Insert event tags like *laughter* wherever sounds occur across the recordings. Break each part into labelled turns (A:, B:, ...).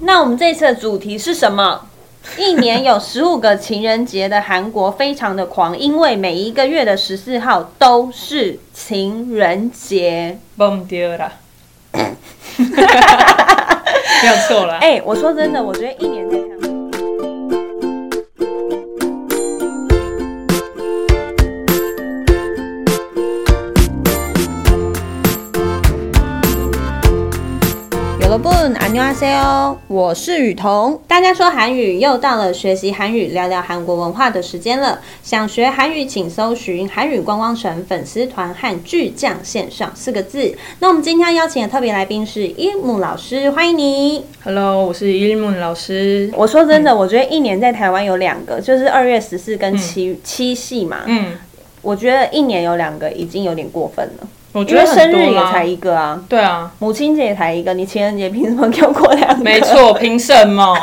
A: 那我们这一次的主题是什么？一年有十五个情人节的韩国非常的狂，因为每一个月的十四号都是情人节。
B: 蹦丢 *laughs* 啦，没有错啦。
A: 哎、我说真的，我觉得一年在看。有了不，안녕하세요，我是雨桐。大家说韩语，又到了学习韩语、聊聊韩国文化的时间了。想学韩语，请搜寻“韩语观光城”粉丝团和“巨匠线上”四个字。那我们今天邀请的特别来宾是伊木老师，欢迎你。
B: Hello，我是伊日木老师。
A: 我说真的，
B: 嗯
A: 我觉得一年在台湾有两个，就是二月十四跟七、七夕嘛。
B: 嗯，
A: 我觉得一年有两个已经有点过分了，
B: 我觉
A: 因为
B: 得
A: 生
B: 很多
A: 日也
B: 啦
A: 才一个啊，
B: 对啊，
A: 母亲节也才一个，你情人节凭什么给我过两个？
B: 没错，凭什 *laughs* 么？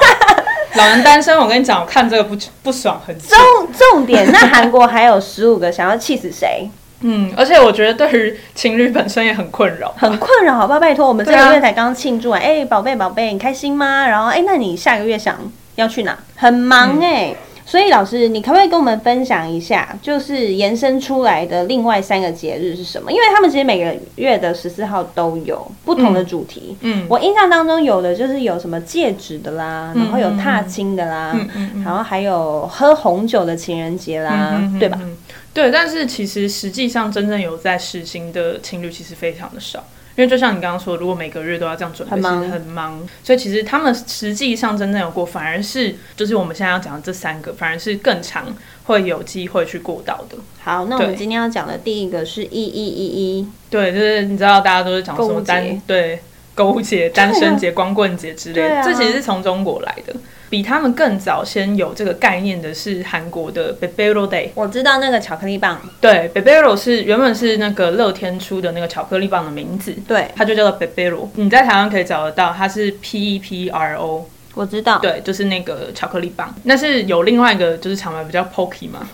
B: 老人单身，我跟你讲，我看这个不不爽很久。
A: 重重点，那韩国还有十五个，想要气死谁？
B: 嗯，而且我觉得对于情侣本身也很困扰。
A: 很困扰，好不好？拜托，我们这
B: 对
A: 个
B: 啊
A: 月才刚庆祝完，哎、宝贝宝贝，你开心吗？然后，哎、那你下个月想要去哪？很忙哎、
B: 嗯
A: 所以老师，你可不可以跟我们分享一下，就是延伸出来的另外三个节日是什么？因为他们其实每个月的十四号都有不同的主题。
B: 嗯
A: 我印象当中有的就是有什么戒指的啦，然后有踏青的啦，
B: 嗯嗯嗯
A: 然后还有喝红酒的情人节啦，
B: 嗯，
A: 对吧？
B: 嗯？嗯对，但是其实实际上真正有在实行的情侣其实非常的少。因为就像你刚刚说，如果每个月都要这样准备，
A: 很
B: 其
A: 忙
B: 实很忙，所以其实他们实际上真正有过，反而是就是我们现在要讲的这三个，反而是更常会有机会去过到的。
A: 好，那我们
B: 对
A: 今天要讲的第一个是一一一一。
B: 对，就是你知道大家都是讲什
A: 购物
B: 么
A: 节
B: 单对购物节、单身节、光棍节之类
A: 啊对
B: 的，
A: 啊
B: 这其实是从中国来的。比他们更早先有这个概念的是韩国的 Bebero Day，
A: 我知道那个巧克力棒，
B: 对，Bebero 是原本是那个乐天出的那个巧克力棒的名字，
A: 对，
B: 它就叫做 Bebero。你在台湾可以找得到，它是 P E P R O，
A: 我知道。
B: 对，就是那个巧克力棒。那是有另外一个就是厂牌比较 Pocky 嘛，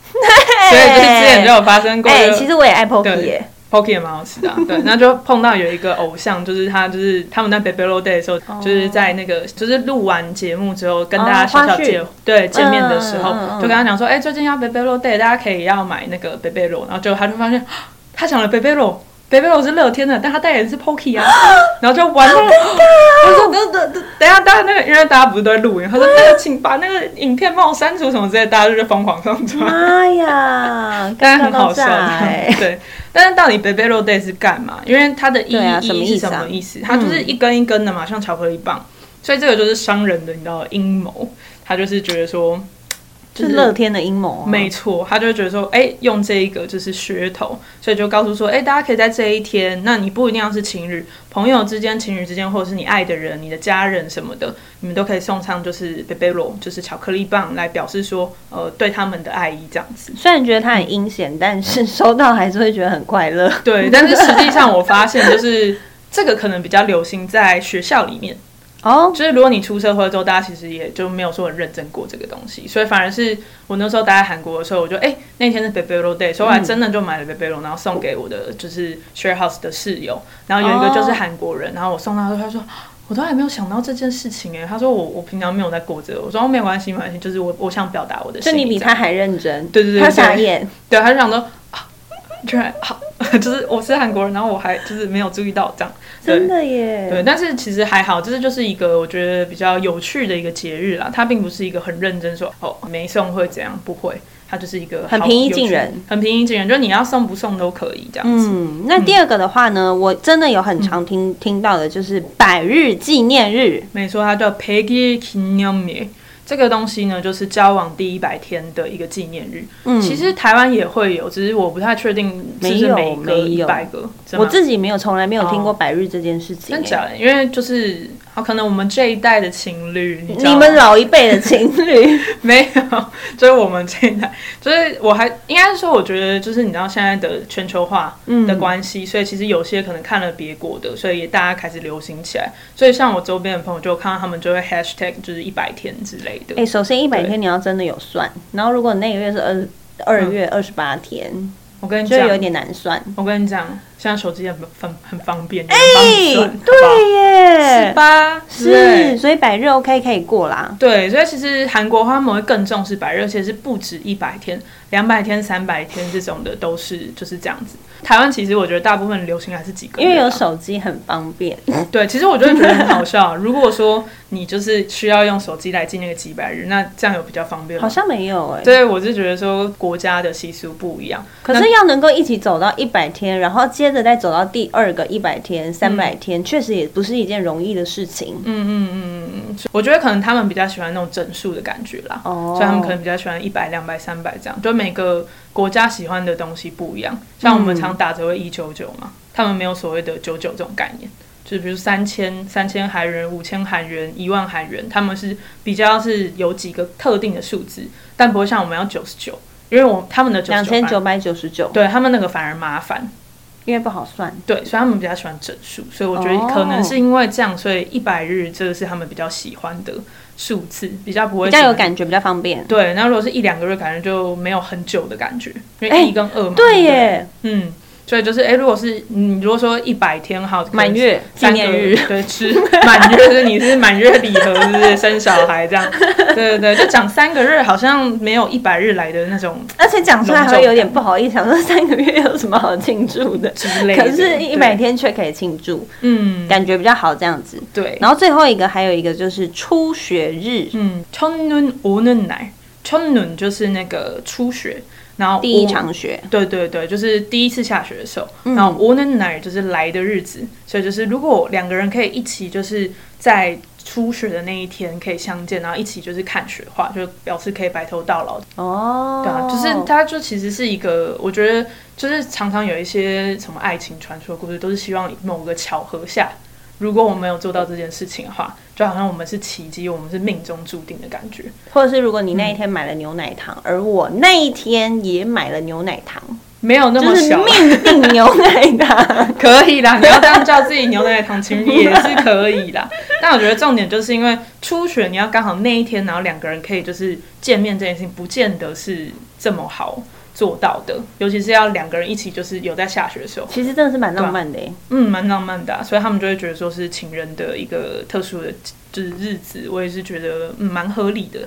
B: 所以就是之前就有发生过、
A: 哎、
B: 就
A: 其实我也爱 Pocky
B: 对
A: 耶，
B: Pocky 也蛮
A: *laughs*
B: 好吃的啊、对，那就碰到有一个偶像，就是他，就是他们在 b a b y l o Day 的时候
A: 哦
B: 就是在那个就是录完节目之后，跟大家小小见、
A: 花絮
B: 对见面的时候，
A: 嗯嗯嗯嗯
B: 就跟他讲说，哎、最近要 b a b y l o Day，大家可以要买那个 b a b y l o 然后结果他就发现，啊他讲了 b a b y l o b a b y l o 是乐天的，但他代言的
A: *laughs*
B: 是 Pocky 啊，然后就完了。
A: 啊
B: 我说等等等等一下，大家那个因为大家不是都在
A: *laughs*
B: 录音，他说那个请把那个影片帮我删除什么之类的，大家就在疯狂上传。
A: 妈
B: *laughs*
A: 呀，
B: 当然很好笑
A: 尴尬到炸 *laughs* 哎，
B: *laughs* 对。但是到底 b a b y r o Day 是干嘛？因为它的意
A: 对啊什么
B: 义
A: 意
B: 是
A: 思啊
B: 什么意思？它就是一根一根的嘛，像巧克力棒。所以这个就是商人的，你知道阴谋。他就是觉得说，
A: 是
B: 就是
A: 乐天的阴谋、啊。
B: 没错，他就会觉得说，哎、用这一个就是噱头，所以就告诉说，哎、大家可以在这一天，那你不一定要是情侣，朋友之间、情侣之间，或者是你爱的人、你的家人什么的，你们都可以送上就是 b a b y r o 就是巧克力棒来表示说，呃，对他们的爱意这样子。
A: 虽然觉得它很阴险，但是收到还是会觉得很快
B: *laughs*
A: 乐。
B: 对，但是实际上我发现，就是这个可能比较流行在学校里面，
A: 哦，
B: 就是如果你出社会之后，大家其实也就没有说很认真过这个东西，所以反而是我那时候待在韩国的时候，我就哎、那天是 b a b y r o Day，所以我还真的就买了 b a b y r o 然后送给我的就是 share house 的室友，然后有一个就是韩国人，然后我送他，他说。我都还没有想到这件事情哎、他说我我平常没有在过这个，我说哦没有关系没关系，就是我我想表达我的
A: 就
B: 心意这样。
A: 你比他还认真。
B: 对对对对
A: 他傻眼。
B: 对，他就想说啊，居然好、 *laughs* 就是我是韩国人，然后我还就是没有注意到这样，
A: 真
B: 对。
A: 的耶。
B: 对，但是其实还好，这就是一个我觉得比较有趣的一个节日啦。它并不是一个很认真说哦没送会怎样，不会，它就是一个
A: 很
B: 好
A: 平易
B: 有
A: 近
B: 趣
A: 人，
B: 很平易近人，就是你要送不送都可以这样子。
A: 嗯，那第二个的话呢，我真的有很常听、
B: 嗯
A: 听到的，就是百日纪念日。
B: 没错，它叫 Peggy k i n y o m i 这个东西呢，就是交往第一百天的一个纪念日。
A: 嗯，
B: 其实台湾也会有，只是我不太确定是不
A: 没
B: 是
A: 有
B: 每个
A: 没有
B: 一百个。真的
A: 我
B: 吗
A: 自己没有，从来没有听过
B: 哦
A: 百日这件事情、
B: 真
A: 哎
B: 假的？因为就是好，可能我们这一代的情侣，你知道
A: 你们啊老一辈的情侣，
B: *laughs* 没有，就是我们这一代，就是我还应该是说，我觉得就是你知道现在的全球化
A: 嗯
B: 的关系，所以其实有些可能看了别国的，所以也大家开始流行起来。所以像我周边的朋友，就看到他们就会 hashtag 就是一百天之类的。
A: 哎、首先一百
B: 对
A: 嗯天你要真的有算，然后如果你那个月是二二月二十八天，
B: 我跟你
A: 就
B: 讲，
A: 有点难算。
B: 我跟你讲，现在手机也很方很方便，哎、帮你算，
A: 对耶
B: 是，吧？
A: 是，所以百日 OK 可以过啦。
B: 对，所以其实韩国他们会更重视百日，而且是不止一百天、两百天、三百天这种的都是就是这样子。台湾其实我觉得大部分流行还是几个月
A: 因
B: 啊，
A: 为有手机很方便，
B: 对，其实我就会觉得很好笑。啊如果说你就是需要用手机来记那个几百日，那这样有比较方便
A: 好
B: 吗？
A: 像没有哎、
B: 对，我是觉得说国家的习俗不一样，
A: 可是要能够一起走到一百天，然后接着再走到第二个一百天、三百天，确实也不是一件容易的事情。嗯，
B: 我觉得可能他们比较喜欢那种整数的感觉啦，
A: 哦
B: 所以他们可能比较喜欢一百、两百、三百这样，就每个国家喜欢的东西不一样。
A: 嗯
B: 像我们常打折会一九九嘛，他们没有所谓的九九这种概念，就是比如三千、三千韩元、五千韩元、一万韩元，他们是比较是有几个特定的数字，但不会像我们要九十九，因为我他们的
A: 两千九
B: 九，
A: 百九十九，
B: 对他们那个反而麻烦，
A: 因为不好算。
B: 对，所以他们比较喜欢整数，所以我觉得可
A: 哦
B: 能是因为这样，所以一百日这个是他们比较喜欢的数字，比较不会
A: 比较有
B: 觉。
A: 感觉，比较方便。
B: 对，那如果是一两个月，感觉就没有很久的感觉，因为
A: 哎
B: 一跟二嘛。
A: 对
B: 不，
A: 耶，
B: 嗯，所以就是，哎、如果是你如果说一百天哈，可能
A: 满月纪
B: 三个
A: 念日，
B: 对，吃满月就是你是满月礼盒，是不是生小孩这样？对对对，就讲三个月，好像没有一百日来的那种
A: 而且讲出来还会有点不好意思，想说三个月有什么好庆祝的？
B: 之类的。
A: 可是，一百
B: 对，
A: 天却可以庆祝，
B: 嗯，
A: 感觉比较好这样子。
B: 对，
A: 然后最后一个还有一个就是初学日，
B: 嗯，春눈오는 날，春눈就是那个初雪，然后
A: 第一
B: 오
A: 场雪，
B: 对对对，就是第一次下雪的时候，
A: 嗯
B: 然后 o n e n i 就是来的日子，所以就是如果两个人可以一起，就是在初雪的那一天可以相见，然后一起就是看雪花，就表示可以白头到老。
A: 哦，
B: 对啊，就是它就其实是一个，我觉得就是常常有一些什么爱情传说故事，都是希望某个巧合下，如果我们有做到这件事情的话，就好像我们是奇迹，我们是命中注定的感觉。
A: 或者是如果你那一天买了牛奶糖，而我那一天也买了牛奶 *laughs* 糖，
B: 没有那
A: 就
B: 么
A: 是
B: 小，
A: 命定牛奶糖。
B: 可以啦，你要这样叫自己牛奶糖情侣也是可以啦。 *laughs* 但我觉得重点就是因为初选，你要刚好那一天，然后两个人可以就是见面这件事情，不见得是这么好做到的，尤其是要两个人一起，就是有在下雪的时候，
A: *laughs* 其实真的是蛮浪漫的耶、
B: 嗯，蛮浪漫的啊、所以他们就会觉得说是情人的一个特殊的就是日子，我也是觉得嗯蛮合理的。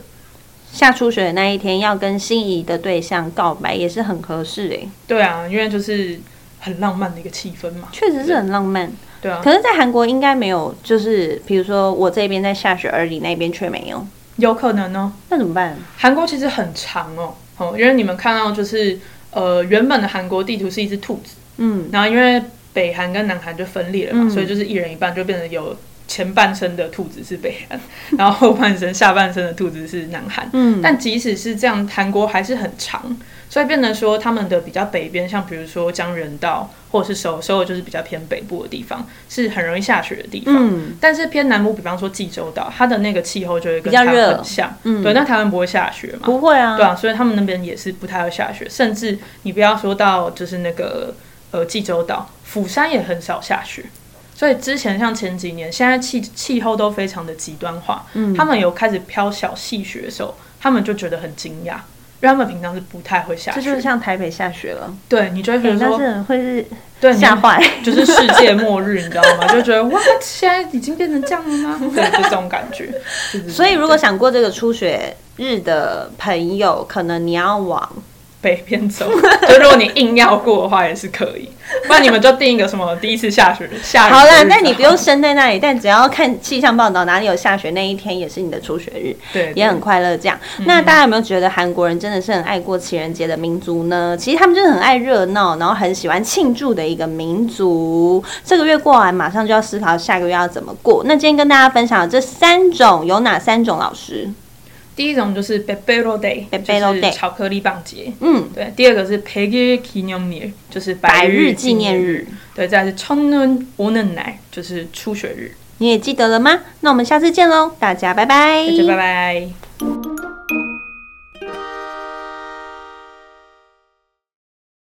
A: 下初雪的那一天要跟心仪的对象告白，也是很合适哎、
B: 对啊，因为就是很浪漫的一个气氛嘛。
A: 确实是很浪漫。
B: 对啊，
A: 可是，在韩国应该没有，就是比如说我这边在下雪，而你那边却没有，
B: 有可能哦、
A: 那怎么办？
B: 韩国其实很长哦，哦，因为你们看到就是呃原本的韩国地图是一只兔子，
A: 嗯，
B: 然后因为北韩跟南韩就分裂了嘛，
A: 嗯
B: 所以就是一人一半，就变成有前半身的兔子是北韩， *laughs* 然后后半身下半身的兔子是南韩。
A: 嗯
B: 但即使是这样，韩国还是很长，所以变成说他们的比较北边，像比如说江原道或者是首首尔，就是比较偏北部的地方，是很容易下雪的地方。
A: 嗯，
B: 但是偏南部，比方说济州岛，它的那个气候就会
A: 比
B: 跟
A: 较
B: 台
A: 热
B: 湾很像。
A: 嗯
B: 对，那台湾不会下雪嘛？
A: 不会啊，
B: 对啊，所以他们那边也是不太会下雪，甚至你不要说到就是那个呃济州岛、釜山也很少下雪。所以之前像前几年，现在气气候都非常的极端化，
A: 嗯
B: 他们有开始飘小细雪的时候，他们就觉得很惊讶，因为他们平常是不太会下
A: 这
B: 雪，
A: 就是像台北下雪了，
B: 对你就会觉
A: 哎
B: 得
A: 那
B: 说，
A: 是会是
B: 对，你
A: 吓坏。 *laughs*
B: 就是世界末日，你知道吗？就觉得哇， *laughs* 现在已经变成这样了吗？对，就这种感
A: *laughs*
B: 觉。就是
A: 所以，如果想过这个初雪日的朋友，可能你要往
B: 北边走，就如果你硬要过的话也是可以，不然你们就定一个什么第一次下雪下雨的
A: 好
B: 日子啊
A: 了，那你不用生在那里，但只要看气象报道哪里有下雪，那一天也是你的初雪日，
B: 对
A: 也很快乐。这样，那大家有没有觉得韩国人真的是很爱过情人节的民族呢？其实他们就是很爱热闹，然后很喜欢庆祝的一个民族。这个月过完，马上就要思考下个月要怎么过。那今天跟大家分享的这三种有哪三种？老师，
B: 第一种就是 b e b e r o Day，
A: Bebero Day
B: 就是巧克力棒节。
A: 嗯，
B: 对，第二个是 p e g g y Kinyomir，就是
A: 百
B: 日
A: 日纪念
B: 日。
A: 日，
B: 对，再来是 Chonun o n e n a 就是初雪日。
A: 哎你也记得了吗？那我们下次见喽，大家拜拜，
B: 大家拜拜。